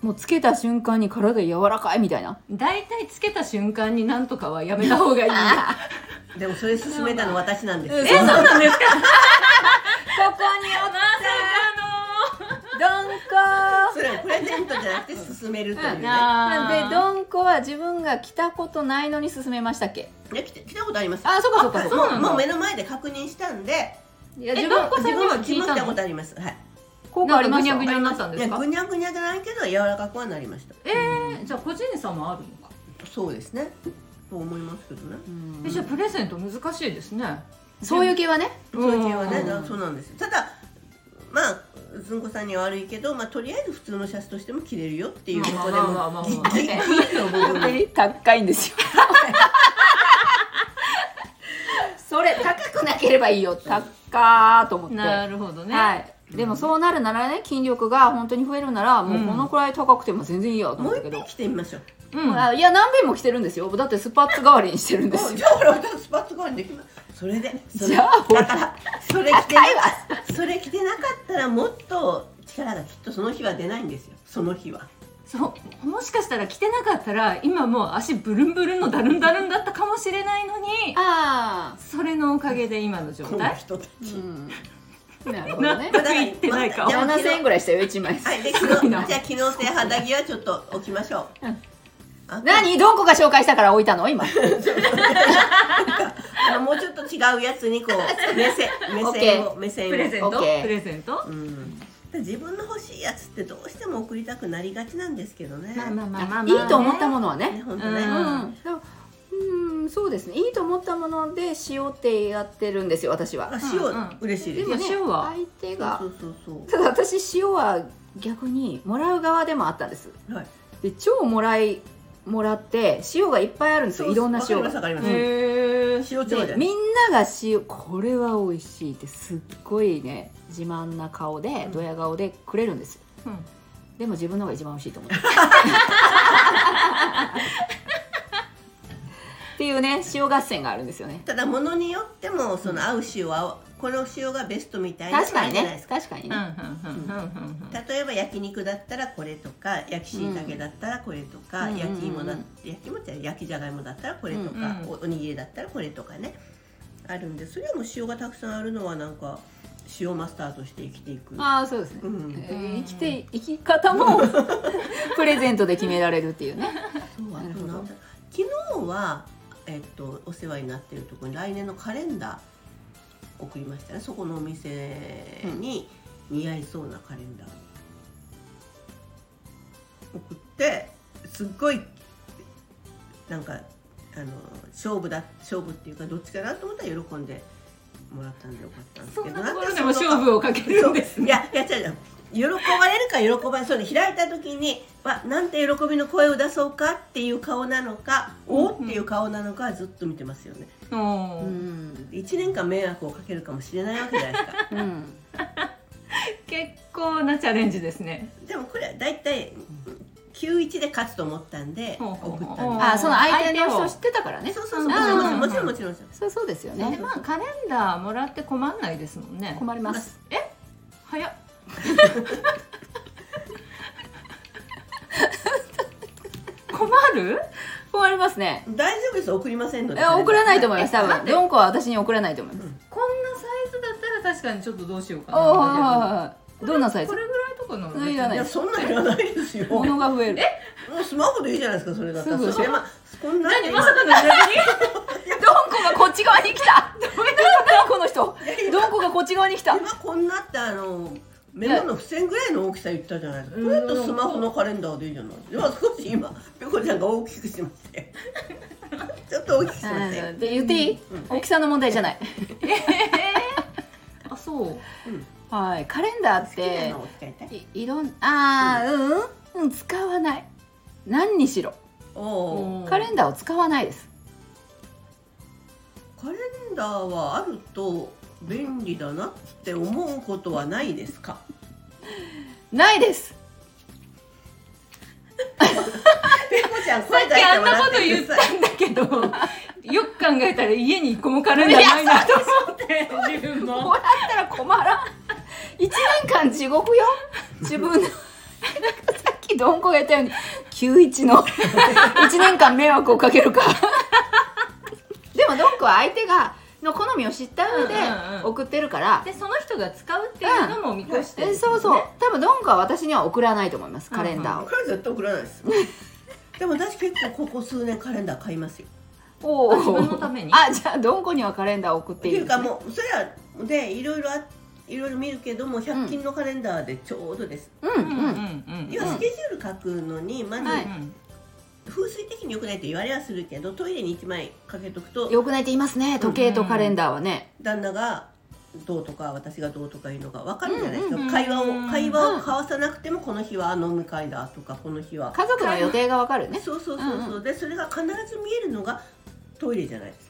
Speaker 2: もうつけた瞬間に体柔らかいみたいな
Speaker 3: 大体つけた瞬間になんとかはやめた方がいい
Speaker 1: でもそれ勧めたの私なんですよ
Speaker 2: えそう
Speaker 3: なんです
Speaker 2: *laughs*
Speaker 3: か
Speaker 2: ここに
Speaker 3: まさか
Speaker 2: ドン
Speaker 1: そ
Speaker 2: コ
Speaker 1: れはプレゼントじゃなくて勧めるという
Speaker 2: うん
Speaker 1: ね
Speaker 2: なんで
Speaker 3: ど
Speaker 2: ドンコは自分が着たことないのに勧めましたっけ
Speaker 1: いや来て来たことあります
Speaker 2: あそうかそうかそう
Speaker 3: そう
Speaker 2: か
Speaker 3: なの
Speaker 1: もう目の前で確認したんで
Speaker 2: いや
Speaker 3: え
Speaker 2: 自
Speaker 3: ド
Speaker 2: 分
Speaker 3: ンコさ
Speaker 1: 自
Speaker 3: んに
Speaker 1: 分
Speaker 3: は
Speaker 1: は
Speaker 3: 聞
Speaker 1: 来
Speaker 3: い
Speaker 1: ましたたこ
Speaker 3: の
Speaker 1: とありますはい
Speaker 2: 効果あ
Speaker 3: なん
Speaker 2: り
Speaker 3: か
Speaker 2: ま
Speaker 3: ぐ
Speaker 2: し
Speaker 3: に
Speaker 2: た
Speaker 3: ゃぐにゃになったんで
Speaker 1: いや
Speaker 3: すか
Speaker 1: ぐにゃぐにゃじゃないけど柔らかくはなりました
Speaker 3: えー、じゃあ個人差もあるのか
Speaker 1: そうですねと思いますけどね
Speaker 2: うん
Speaker 3: えじゃあプレゼント難しいですね
Speaker 2: そういう系はね
Speaker 1: そういう系はね
Speaker 2: うん
Speaker 1: なそうなんですただまあずんこさんには悪いけど、まあ、とりあえず普通のシャツとしても着れるよっていうところで
Speaker 3: まあまあまあまあ
Speaker 1: も
Speaker 3: まあ
Speaker 1: ギッギッギッの部分で
Speaker 2: 高いんですよそれ高くなければいいよ高ーと思って
Speaker 3: なるほどね、
Speaker 2: はいでもそうなるならね筋力が本当に増えるならもうこのくらい高くても全然いいよと
Speaker 1: も
Speaker 2: 思
Speaker 1: う
Speaker 2: った
Speaker 1: 一
Speaker 2: けど、
Speaker 1: 回着てみましょう
Speaker 3: うん、
Speaker 2: あいや何遍も着てるんですよだってスパッツ代わりにしてるんです
Speaker 1: あ
Speaker 2: よ
Speaker 1: じゃあ俺はスパッツ代わりにできますそれでそれ
Speaker 2: じゃあ
Speaker 1: だからそれ着てな
Speaker 2: 高いわ
Speaker 1: それ着てなかったらもっと力がきっとその日は出ないんですよその日は
Speaker 3: そうもしかしたら着てなかったら今もう足ブルンブルンのダルンダルンだったかもしれないのに
Speaker 2: あ
Speaker 3: それのおかげで今の状
Speaker 1: この
Speaker 3: 態 *laughs*
Speaker 1: 人たち、
Speaker 2: あうんなるほどね
Speaker 3: 納得いってない顔
Speaker 1: まあだから
Speaker 2: 7000円ぐらいしたよ1枚
Speaker 1: はい、で、
Speaker 3: ご
Speaker 1: 昨
Speaker 3: い
Speaker 1: 日、
Speaker 3: な
Speaker 1: じゃあ、機能性肌着はちょっと置きましょう。あ
Speaker 2: 何どんこが紹介したから置いたの今
Speaker 1: あのもうちょっと違うやつに
Speaker 3: *laughs*
Speaker 1: こう、目線、目線を、目線を。
Speaker 3: プレゼント
Speaker 2: オッケー
Speaker 3: プレゼント
Speaker 1: うん。自分の欲しいやつってどうしても送りたくなりがちなんですけどね。
Speaker 3: まあまあまあまあまあ、
Speaker 2: いいと思ったも
Speaker 3: の
Speaker 2: のはね
Speaker 1: ね、本当ね。
Speaker 2: う
Speaker 3: うんん
Speaker 2: でもうんそうですねいいと思ったものでしようってやってるんですよ私は
Speaker 1: あ、塩、
Speaker 3: うんうん
Speaker 1: 嬉しいで。
Speaker 2: ですもね
Speaker 3: いや塩は
Speaker 2: 相手が
Speaker 1: そうそうそう
Speaker 2: ただ私塩は逆にもらう側でもあったんです
Speaker 1: そう。はい。
Speaker 2: で超もらいもらって塩がいっぱいあるんですよいろんな塩
Speaker 1: わかりますわ
Speaker 2: が
Speaker 1: かります。塩
Speaker 3: へえ
Speaker 1: 調
Speaker 2: で
Speaker 1: で。
Speaker 2: みんなが塩これは美味しいってすっごいね自慢な顔で
Speaker 1: うん
Speaker 2: ドヤ顔でくれるんです
Speaker 3: うん
Speaker 2: でも自分の方が一番美味しいと思ってっていうね塩合戦があるんですよね
Speaker 1: ただ、ものによっても、その合う塩は、この塩がベストみたいな。
Speaker 2: 確かに
Speaker 1: じゃないで
Speaker 2: ね
Speaker 1: すか。
Speaker 2: 確かに
Speaker 3: うんうん
Speaker 2: ね、
Speaker 3: うんうんうん
Speaker 1: 例えば焼肉だったらこれとか焼きしいたけだったらこれとか、
Speaker 2: うん
Speaker 1: 焼き芋だ
Speaker 2: うんうん
Speaker 1: 焼き芋って焼きじゃがいもだったらこれとか、
Speaker 3: うんうん
Speaker 1: おおにぎりだったらこれとかねあるんでそれはもう塩がたくさんあるのはなんか塩マスターとして生きていく。
Speaker 2: ああそうですね、
Speaker 1: うん
Speaker 2: えー生きて生き方もプレゼントで決められるっていうね
Speaker 1: そうあと
Speaker 2: なるほど
Speaker 1: なんだ昨日は、えっと、お世話になっているところに来年のカレンダー送りましたねそこのお店に似合いそうなカレンダーを送ってすっごいなんかあの勝負だ勝負っていうかどっちかなと思ったら喜んでもらったんでよかったんです
Speaker 3: そ
Speaker 1: け
Speaker 3: ん
Speaker 1: ど
Speaker 3: なところ
Speaker 1: ん
Speaker 3: で
Speaker 1: か
Speaker 3: も勝負をかけるんです
Speaker 1: いやいや違う違う喜ばれるか喜ばれそうで開いた時にわなんて喜びの声を出そうかっていう顔なのかおっていう顔なのかはずっと見てますよね
Speaker 3: お
Speaker 2: う
Speaker 3: ー
Speaker 2: ん、
Speaker 1: 1年間迷惑をかけるかもしれないわけじゃないです
Speaker 3: *laughs*
Speaker 1: か
Speaker 2: うん、
Speaker 3: 結構なチャレンジですね
Speaker 1: でもこれは大体91で勝つと思ったんで
Speaker 3: ほうほう
Speaker 1: 送
Speaker 3: ほう
Speaker 1: ったんで
Speaker 2: あーその相手の人知ってたからね
Speaker 1: すそうそうそう
Speaker 3: あー
Speaker 1: もちろんもちろんもちろんもちろん
Speaker 2: そうそうですよ
Speaker 3: で
Speaker 2: ね
Speaker 3: まあカレンダーもらって困んないですもんね
Speaker 2: 困ります
Speaker 3: 早っ困る
Speaker 2: 困りますね
Speaker 1: 大丈夫です送りませんので
Speaker 2: え送らないと思います多
Speaker 3: え待っ
Speaker 2: 分
Speaker 3: て
Speaker 2: ドンコは私に送らないと思います
Speaker 3: こんなサイズだったら確かにちょっとどうしようか
Speaker 2: おー
Speaker 3: な
Speaker 2: はいはいはいどんなサイズ
Speaker 3: これぐらいとかなの
Speaker 2: いらな
Speaker 1: い
Speaker 2: い
Speaker 1: やそんなんいらないですよも
Speaker 2: 物が増える
Speaker 1: うスマホでいいじゃないですかそれだったら
Speaker 2: すぐ
Speaker 1: それまあこんなん
Speaker 3: 何
Speaker 1: で
Speaker 3: まさかの時代に
Speaker 2: ドンコがこっち側に来たどういうことこの人ドンコがこっち側に来た
Speaker 1: 今こんなってあのメモの付箋ぐらいの大きさ言ったじゃないですかこれだとスマホのカレンダーでいいじゃないでは少し今ペコちゃんが大きくしまして *laughs* ちょっと大きくしましたよ、
Speaker 2: で言っていい、大きさの問題じゃない
Speaker 3: あそう
Speaker 1: うん、
Speaker 2: はいカレンダーっ
Speaker 1: 好きな
Speaker 2: て
Speaker 1: のを使いたい
Speaker 2: いいろんあーうん、うん使わない何にしろ
Speaker 1: おお
Speaker 3: うん
Speaker 2: カレンダーを使わないです、
Speaker 1: カレンダーはあると便利だなって思うことはないですか
Speaker 2: ないです
Speaker 1: *laughs* ペコちゃん
Speaker 3: さ
Speaker 1: 声
Speaker 3: っ
Speaker 1: 出して
Speaker 3: きあん
Speaker 1: も
Speaker 3: な
Speaker 1: ら
Speaker 3: こ
Speaker 1: っ
Speaker 3: と言
Speaker 1: て
Speaker 3: っ
Speaker 1: ください
Speaker 3: たんだけどよく考えたら家に一個もカレンダーないなと思 *laughs* って自分
Speaker 2: も
Speaker 3: も
Speaker 2: らったら困らん1年間地獄よ自分のさっきどんこが言ったように91の1年間迷惑をかけるかでもどんこは相手がの好みを知った上で
Speaker 3: うんうんうん
Speaker 2: 送ってるから、
Speaker 3: でその人が使うっていうのも見越してるん
Speaker 2: え
Speaker 3: ですね
Speaker 2: そうそう多分どんこは私には送らないと思いますカレンダーを、
Speaker 1: これは絶対送らない *laughs* ですでも私結構ここ数年カレンダー買いますよ
Speaker 2: おー
Speaker 3: あ自分のために
Speaker 2: あじゃあどんこにはカレンダーを送っ
Speaker 1: ってて
Speaker 2: いい
Speaker 1: い
Speaker 2: で
Speaker 1: う
Speaker 2: す
Speaker 1: か
Speaker 2: ね
Speaker 1: もうそれはでいろいろあいろいろ見るけども100均のカレンダーでちょうどです、
Speaker 2: うん
Speaker 3: うんうん
Speaker 2: うん
Speaker 3: うん
Speaker 1: 要はスケジュール書くのにまず
Speaker 2: はい
Speaker 1: 風水的に良くないって言われはするけどトイレに1枚かけとくと
Speaker 2: よくないって言いますね時計とカレンダーはね、
Speaker 1: 旦那がどうとか私がどうとかいうのが分かるじゃないですか、
Speaker 3: うんうん
Speaker 1: 会話を
Speaker 3: うん
Speaker 1: 会話を交わさなくてもこの日はあ飲む会だとかこの日は
Speaker 2: 家族の予定がわかるね
Speaker 1: そうそうそうそう、
Speaker 2: うん
Speaker 1: でそれが必ず見えるのがトイレじゃないですか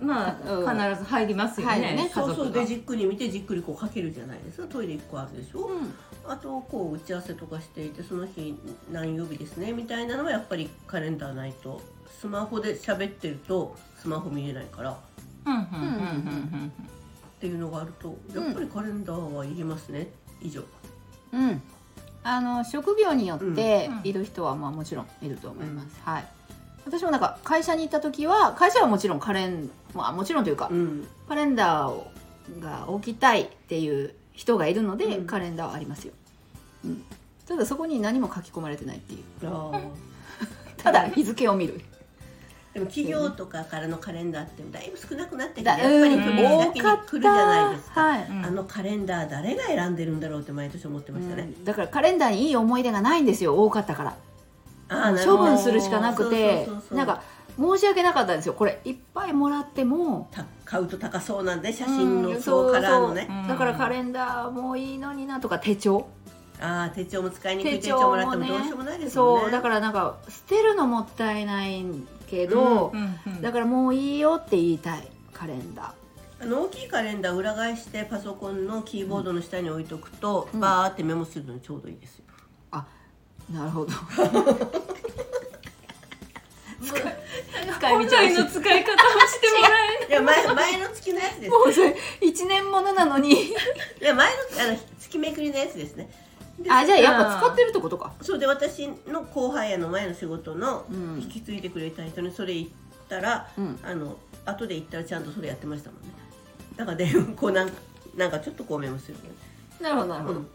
Speaker 3: まあ必ず入りますよね,、
Speaker 2: 入るね
Speaker 3: 家族
Speaker 1: そう
Speaker 3: が
Speaker 1: そうでじっくり見てじっくりこうかけるじゃないですかトイレ1個あるでしょ、
Speaker 2: うん
Speaker 1: あとこう打ち合わせとかしていてその日何曜日ですねみたいなのはやっぱりカレンダーないとスマホで喋ってるとスマホ見れないから
Speaker 3: うんうんうんうん
Speaker 1: っていうのがあるとやっぱりカレンダーはいりますね以上
Speaker 2: うん、あの職業によって
Speaker 3: うん
Speaker 2: いる人はまあもちろんいると思います、はい私もなんか会社に行った時は会社はもちろんカレンまあもちろんというか、
Speaker 1: うん
Speaker 2: カレンダーをが置きたいっていう人がいるので、
Speaker 1: うん
Speaker 2: カレンダーはありますよ、うん、ただそこに何も書き込まれてないっていう
Speaker 1: あー
Speaker 2: ただ日付を見る
Speaker 1: でも企業とかからのカレンダーってだいぶ少なくなってきてやっ
Speaker 2: だ
Speaker 1: ぱり
Speaker 2: うん
Speaker 1: 首だけに来るじゃないですか、
Speaker 2: 多ったはい
Speaker 3: うん
Speaker 1: あのカレンダー誰が選んでるんだろうって毎年思ってましたね、
Speaker 2: うんだからカレンダーにいい思い出がないんですよ多かったから
Speaker 1: ああなる
Speaker 2: 処
Speaker 1: ほど
Speaker 2: 分するしかなく
Speaker 1: そう
Speaker 2: て
Speaker 1: そうそうそう
Speaker 2: なんか申し訳なかったんですよこれいっぱいもらっても
Speaker 1: た買うと高そうなんで写真のそうカラーのね、
Speaker 3: うん
Speaker 2: だからカレンダーもいいのになとか手帳
Speaker 1: ああ手帳も使いにくい
Speaker 2: 手
Speaker 1: 手
Speaker 2: 帳
Speaker 1: 帳も
Speaker 2: もね
Speaker 1: らってもどうしようもないですもんね
Speaker 2: そうだからなんか捨てるのもったいないけど
Speaker 3: う、んうん
Speaker 2: だからもういいよって言いたいカレンダ
Speaker 1: あの大きいカレンダー裏返してパソコンのキーボードの下に置いとくと、
Speaker 2: うん
Speaker 1: バーってメモするのにちょうどいいですよ、
Speaker 2: ーなるほど使い使
Speaker 3: 本
Speaker 2: い道は
Speaker 3: 来の使い方をしてもらえ
Speaker 1: いや前前の月のやつ
Speaker 2: *laughs*
Speaker 1: です
Speaker 2: もうそれ1年ものなのに
Speaker 1: いや前のあの月めくりのやつですねで
Speaker 2: あじゃあやっぱ使ってるってことか、
Speaker 1: そうで私の後輩やの前の仕事の
Speaker 2: うん
Speaker 1: 引き継いでくれた人にそれ言ったら、
Speaker 2: うん
Speaker 1: あの後で言ったらちゃんとそれやってましたもんねだからでこうなんかなんかちょっとこうメモするね、
Speaker 2: なるほどなる
Speaker 1: うん、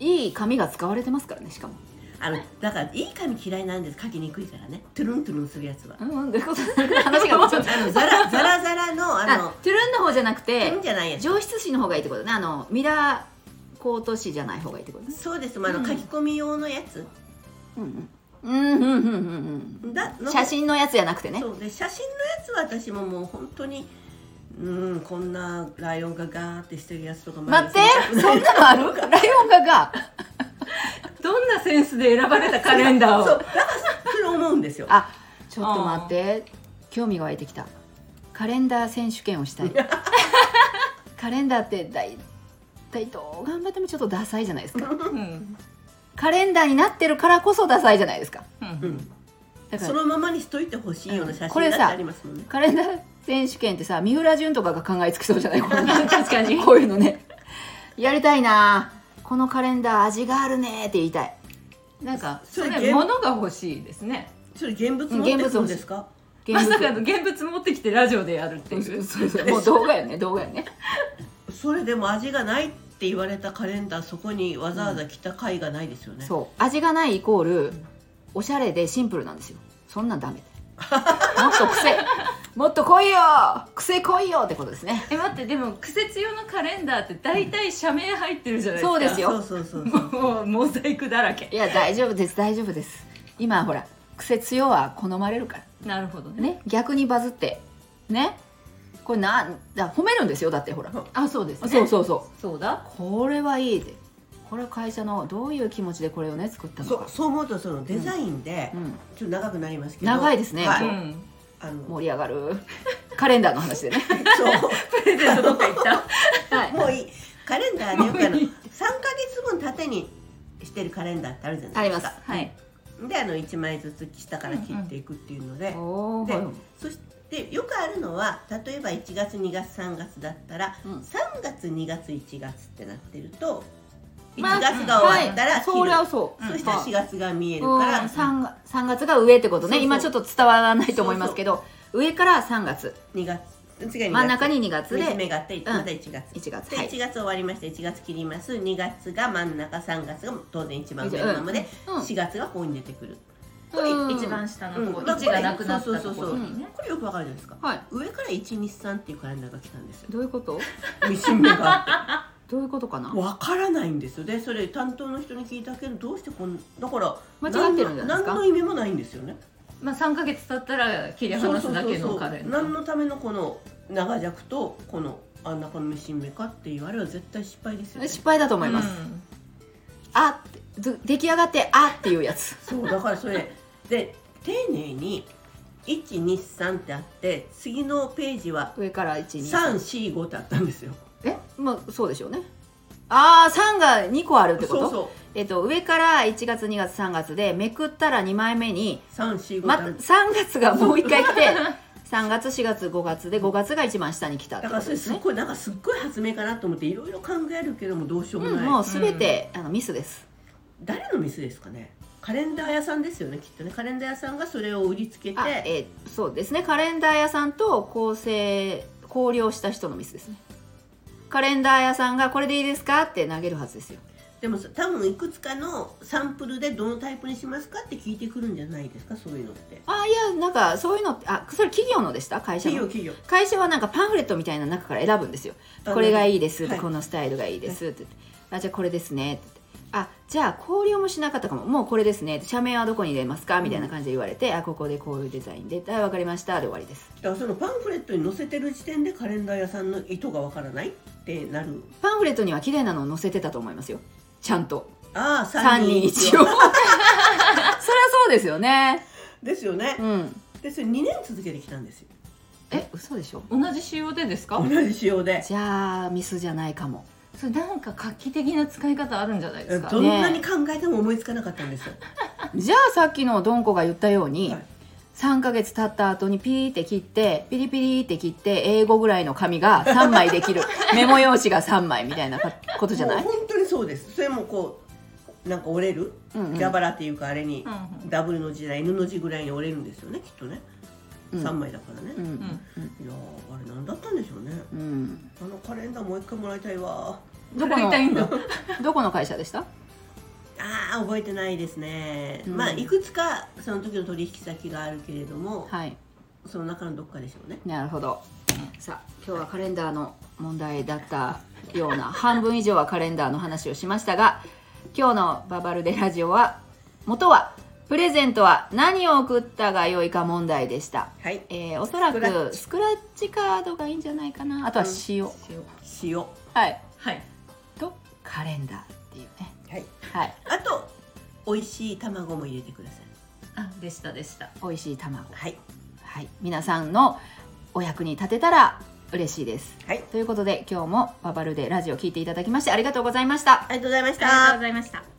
Speaker 2: いい紙が使われてますからねしかも
Speaker 1: あのだからいい紙嫌いなんです書きにくいからねトゥルントゥルンするやつは
Speaker 2: うんどういうこと話がちょっと
Speaker 1: あのザラザラザラのあ
Speaker 2: あ
Speaker 1: の
Speaker 2: トゥルンの方じゃなく
Speaker 1: いい
Speaker 2: て
Speaker 1: んじゃないやつ
Speaker 2: 上質紙の方がいいってことねあのミラーコート紙じゃない方がいいってことね
Speaker 1: そうですまああ
Speaker 3: うん
Speaker 1: の書き込み用のやつ
Speaker 2: うんうんうんうんうんうん
Speaker 1: だの
Speaker 2: 写真のやつじゃなくてね
Speaker 1: そうで写真のやつは私ももう本当にうんこんなライオンがガーってしてるやつとか
Speaker 2: 待って
Speaker 1: 毎日
Speaker 2: そんなのあるライオンがが
Speaker 3: どんなセンスで選ばれたカレンダーを
Speaker 1: そうだからそれ思うんですよ
Speaker 2: あちょっと待って興味が湧いてきたカレンダー選手権をしたいカレンダーって大体どう頑張ってもちょっとダサいじゃないですか
Speaker 3: うん
Speaker 2: カレンダーになってるからこそダサいじゃないですか
Speaker 3: うん
Speaker 1: うん、
Speaker 2: だから
Speaker 1: そのままにしといてほしいような写
Speaker 2: これ
Speaker 1: 真だ
Speaker 2: さ
Speaker 1: ってありますもんね、
Speaker 2: カレンダー選手権ってさ三浦淳とかが考えつきそうじゃないこんな
Speaker 3: 確かに
Speaker 2: こういうのねやりたいなこのカレンダー味があるねって言いたい
Speaker 3: なんかそ
Speaker 1: それ
Speaker 3: れ物が欲しいですね
Speaker 1: それ現物持ってくるんですか
Speaker 3: まさかの現物持ってきてラジオでやるっていう
Speaker 2: そうそうもう動画よね動画よね
Speaker 1: それでも味がないって言われたカレンダーそこにわざわざ来た回がないですよね、
Speaker 2: そう味がないイコ
Speaker 1: *laughs*
Speaker 2: ールおしゃれでシンプルなんですよそんなんダメもっと癖もっと来いよ癖来いよってことですね
Speaker 3: え待ってでも苦節用のカレンダーって大体社名入ってるじゃないですか
Speaker 2: そうですよ
Speaker 1: そうそうそうそう
Speaker 3: もうモザイクだらけ
Speaker 2: いや大丈夫です大丈夫です今ほら癖強は好まれるから
Speaker 3: なるほどね
Speaker 2: ね逆にバズってねこれなんだ褒めるんですよだってほら
Speaker 3: あそうですね
Speaker 2: そうそうそう
Speaker 3: そうだ
Speaker 2: これはいいでこれは会社のどういう気持ちでこれをね作ったの
Speaker 1: そう
Speaker 2: か
Speaker 1: そう思うとそのデザインで、
Speaker 2: う、ん、
Speaker 1: ちょっと長くなりますけど
Speaker 2: 長いですね
Speaker 1: は
Speaker 3: う
Speaker 2: そ
Speaker 1: い、
Speaker 3: ん
Speaker 1: あの
Speaker 2: 盛り上がるカレンダーの話
Speaker 1: *laughs*
Speaker 2: でね、
Speaker 1: そう
Speaker 3: プレゼントどっか行った
Speaker 2: はい、
Speaker 1: もういいカレンダーでよく
Speaker 2: *laughs*
Speaker 1: あの
Speaker 3: もうい
Speaker 1: 3ヶ月分縦にしてるカレンダーってあるじゃな
Speaker 2: あ
Speaker 1: い
Speaker 2: り
Speaker 1: で
Speaker 2: ますす
Speaker 1: か
Speaker 2: はい
Speaker 1: であの1枚ずつ下から切っていくっていうので、
Speaker 2: お
Speaker 1: で
Speaker 2: ー
Speaker 1: そしてよくあるのは例えば1月2月3月だったら
Speaker 2: うん
Speaker 1: 3月2月1月ってなってると1
Speaker 2: まあ
Speaker 1: 月が終わったら切る、
Speaker 2: そりゃそう、
Speaker 1: そしたら4月が見えるか
Speaker 2: う
Speaker 1: ら、
Speaker 2: ん三が三月が上ってことね
Speaker 1: そうそう
Speaker 2: 今ちょっと伝わらないと思いますけど上から3月
Speaker 1: 2月次が2月
Speaker 2: 真ん中に2月
Speaker 1: 目
Speaker 2: で
Speaker 1: があってまた1月、
Speaker 2: 1月
Speaker 1: で
Speaker 2: はい
Speaker 1: 1月終わりまして1月切ります2月が真ん中3月が当然一番上のままで、
Speaker 2: うん
Speaker 1: 4月がここに出てくる
Speaker 2: う
Speaker 1: れ
Speaker 2: ん
Speaker 3: 一番下のとこ
Speaker 1: うん
Speaker 3: 位置がなくなったとこ
Speaker 1: そうそうそう
Speaker 3: ろ
Speaker 1: そう
Speaker 3: にね
Speaker 1: これよくわかるじゃないですか
Speaker 2: はい
Speaker 1: 上から123っていうカレンダーが来たんですよ *laughs*
Speaker 2: どういうこと
Speaker 1: ミシン目があっ
Speaker 2: どういうことかな
Speaker 1: てわからないんですよでそれ担当の人に聞いたけどどうしてこんだから
Speaker 2: 間違ってるんじゃないです
Speaker 1: 何の何
Speaker 2: か
Speaker 1: の意味もないんですよね
Speaker 3: まあ3ヶ月経ったら切り離すだけのカレンダ
Speaker 1: 何
Speaker 3: ー
Speaker 1: のためのこの長尺とこのあんなこのミシン目かっていうあれは絶対失敗ですよね
Speaker 2: 失敗だと思います、
Speaker 3: うん
Speaker 2: あってず出来上がってあっていうやつ
Speaker 1: そうだからそれで丁寧に123ってあって次のページは
Speaker 2: 上から123
Speaker 1: 345ってあったんですよ
Speaker 2: えまあそうでしょうねああ3が2個あるってこと
Speaker 1: そうそう
Speaker 2: えっと、上から1月2月3月でめくったら2枚目に
Speaker 1: 345
Speaker 2: ま
Speaker 1: ってある
Speaker 2: 3月がもう1回来て *laughs* 3月4月5月で5月が一番下に来たって
Speaker 1: だ
Speaker 2: こ
Speaker 1: から
Speaker 2: と
Speaker 1: それ
Speaker 2: です
Speaker 1: すっ
Speaker 2: ね
Speaker 1: ごいなんかすっごい発明かなと思っていろいろ考えるけどもどうしようも
Speaker 2: うん
Speaker 1: ない、
Speaker 2: もう全て、あのミスです
Speaker 1: 誰のミスですかねカレンダー屋さんですよねきっとねカレンダー屋さんがそれを売りつけて
Speaker 2: あ、えーそうですねカレンダー屋さんと構成考慮した人のミスですねカレンダー屋さんがこれでいいですかって投げるはずですよ
Speaker 1: でもさ多分いくつかのサンプルでどのタイプにしますかって聞いてくるんじゃないですかそういうのって
Speaker 2: あいやなんかそういうのってあそれ企業のでした会社
Speaker 1: 企業
Speaker 2: の
Speaker 1: 企業
Speaker 2: 会社はなんかパンフレットみたいな中から選ぶんですよこれがいいですって、
Speaker 1: はい
Speaker 2: このスタイルがいいですって言って、あじゃあこれですねって言ってあじゃあ考慮もしなかったかももうこれですねって社名はどこに入れますかみたいな感じで言われて、あここでこういうデザインであ分かりましたで終わりです
Speaker 1: だからそのパンフレットに載せてる時点でカレンダー屋さんの意図がわからないってなる
Speaker 2: パンフレットには綺麗なのを載せてたと思いますよちゃんと
Speaker 1: ああ3
Speaker 2: 3人
Speaker 1: 人
Speaker 2: 一応そりゃそうですよね
Speaker 1: ですよね
Speaker 2: うん
Speaker 1: でそれ2年続けてきたんですよ
Speaker 2: え嘘でしょ
Speaker 3: 同じ仕様でですか
Speaker 1: 同じ仕様で
Speaker 2: じゃあミスじゃないかも
Speaker 3: それなんか画期的な使い方あるんじゃないですか
Speaker 1: どんなに考えても思いつかなかったんですよ、
Speaker 2: じゃあさっきのどんこが言ったように、
Speaker 1: はい
Speaker 2: 3ヶ月経った後にピーって切ってピリピリって切って英語ぐらいの紙が3枚できるメモ用紙が3枚みたいなかことじゃない
Speaker 1: もう本当にそうですそれもこうなんか折れる
Speaker 2: うんうん
Speaker 1: 蛇腹っていうかあれに
Speaker 3: うんうん
Speaker 1: ダブルの時代 N の字ぐらいに折れるんですよねきっとね、
Speaker 2: うん
Speaker 1: 3枚だからね、
Speaker 2: う
Speaker 1: い
Speaker 2: ん
Speaker 1: やーあれ何だったんでしょうね
Speaker 2: うん
Speaker 1: あのカレンダーもう一回もらいたいわ
Speaker 2: どこ
Speaker 3: 買いたいんだ
Speaker 2: の *laughs* どこの会社でした
Speaker 1: あー覚えてないですね、
Speaker 2: うん
Speaker 1: まあいくつかその時の取引先があるけれども、
Speaker 2: はい
Speaker 1: その中のどっかでしょうね
Speaker 2: なるほどさあ今日はカレンダーの問題だったような半分以上はカレンダーの話をしましたが今日の「ババルデラジオは」元は「プレゼントは何を送ったが良いか問題」でした。
Speaker 1: はい
Speaker 2: えーおそら
Speaker 1: スクラッ
Speaker 2: くスクラッチカードがいいんじゃないかなあとは塩、
Speaker 3: 塩
Speaker 1: 塩は
Speaker 2: はい
Speaker 3: はい
Speaker 2: とカレンダーっていうね
Speaker 1: い
Speaker 2: はい
Speaker 1: あと美味しい卵も入れてください
Speaker 3: あでしたでした
Speaker 2: 美味しい卵
Speaker 1: はい
Speaker 2: はい皆さんのお役に立てたら嬉しいです
Speaker 1: はい
Speaker 2: ということで今日もババルでラジオ聞いていただきましてありがとうございました
Speaker 1: ありがとうございまし
Speaker 3: ありがとう
Speaker 1: た
Speaker 3: ございました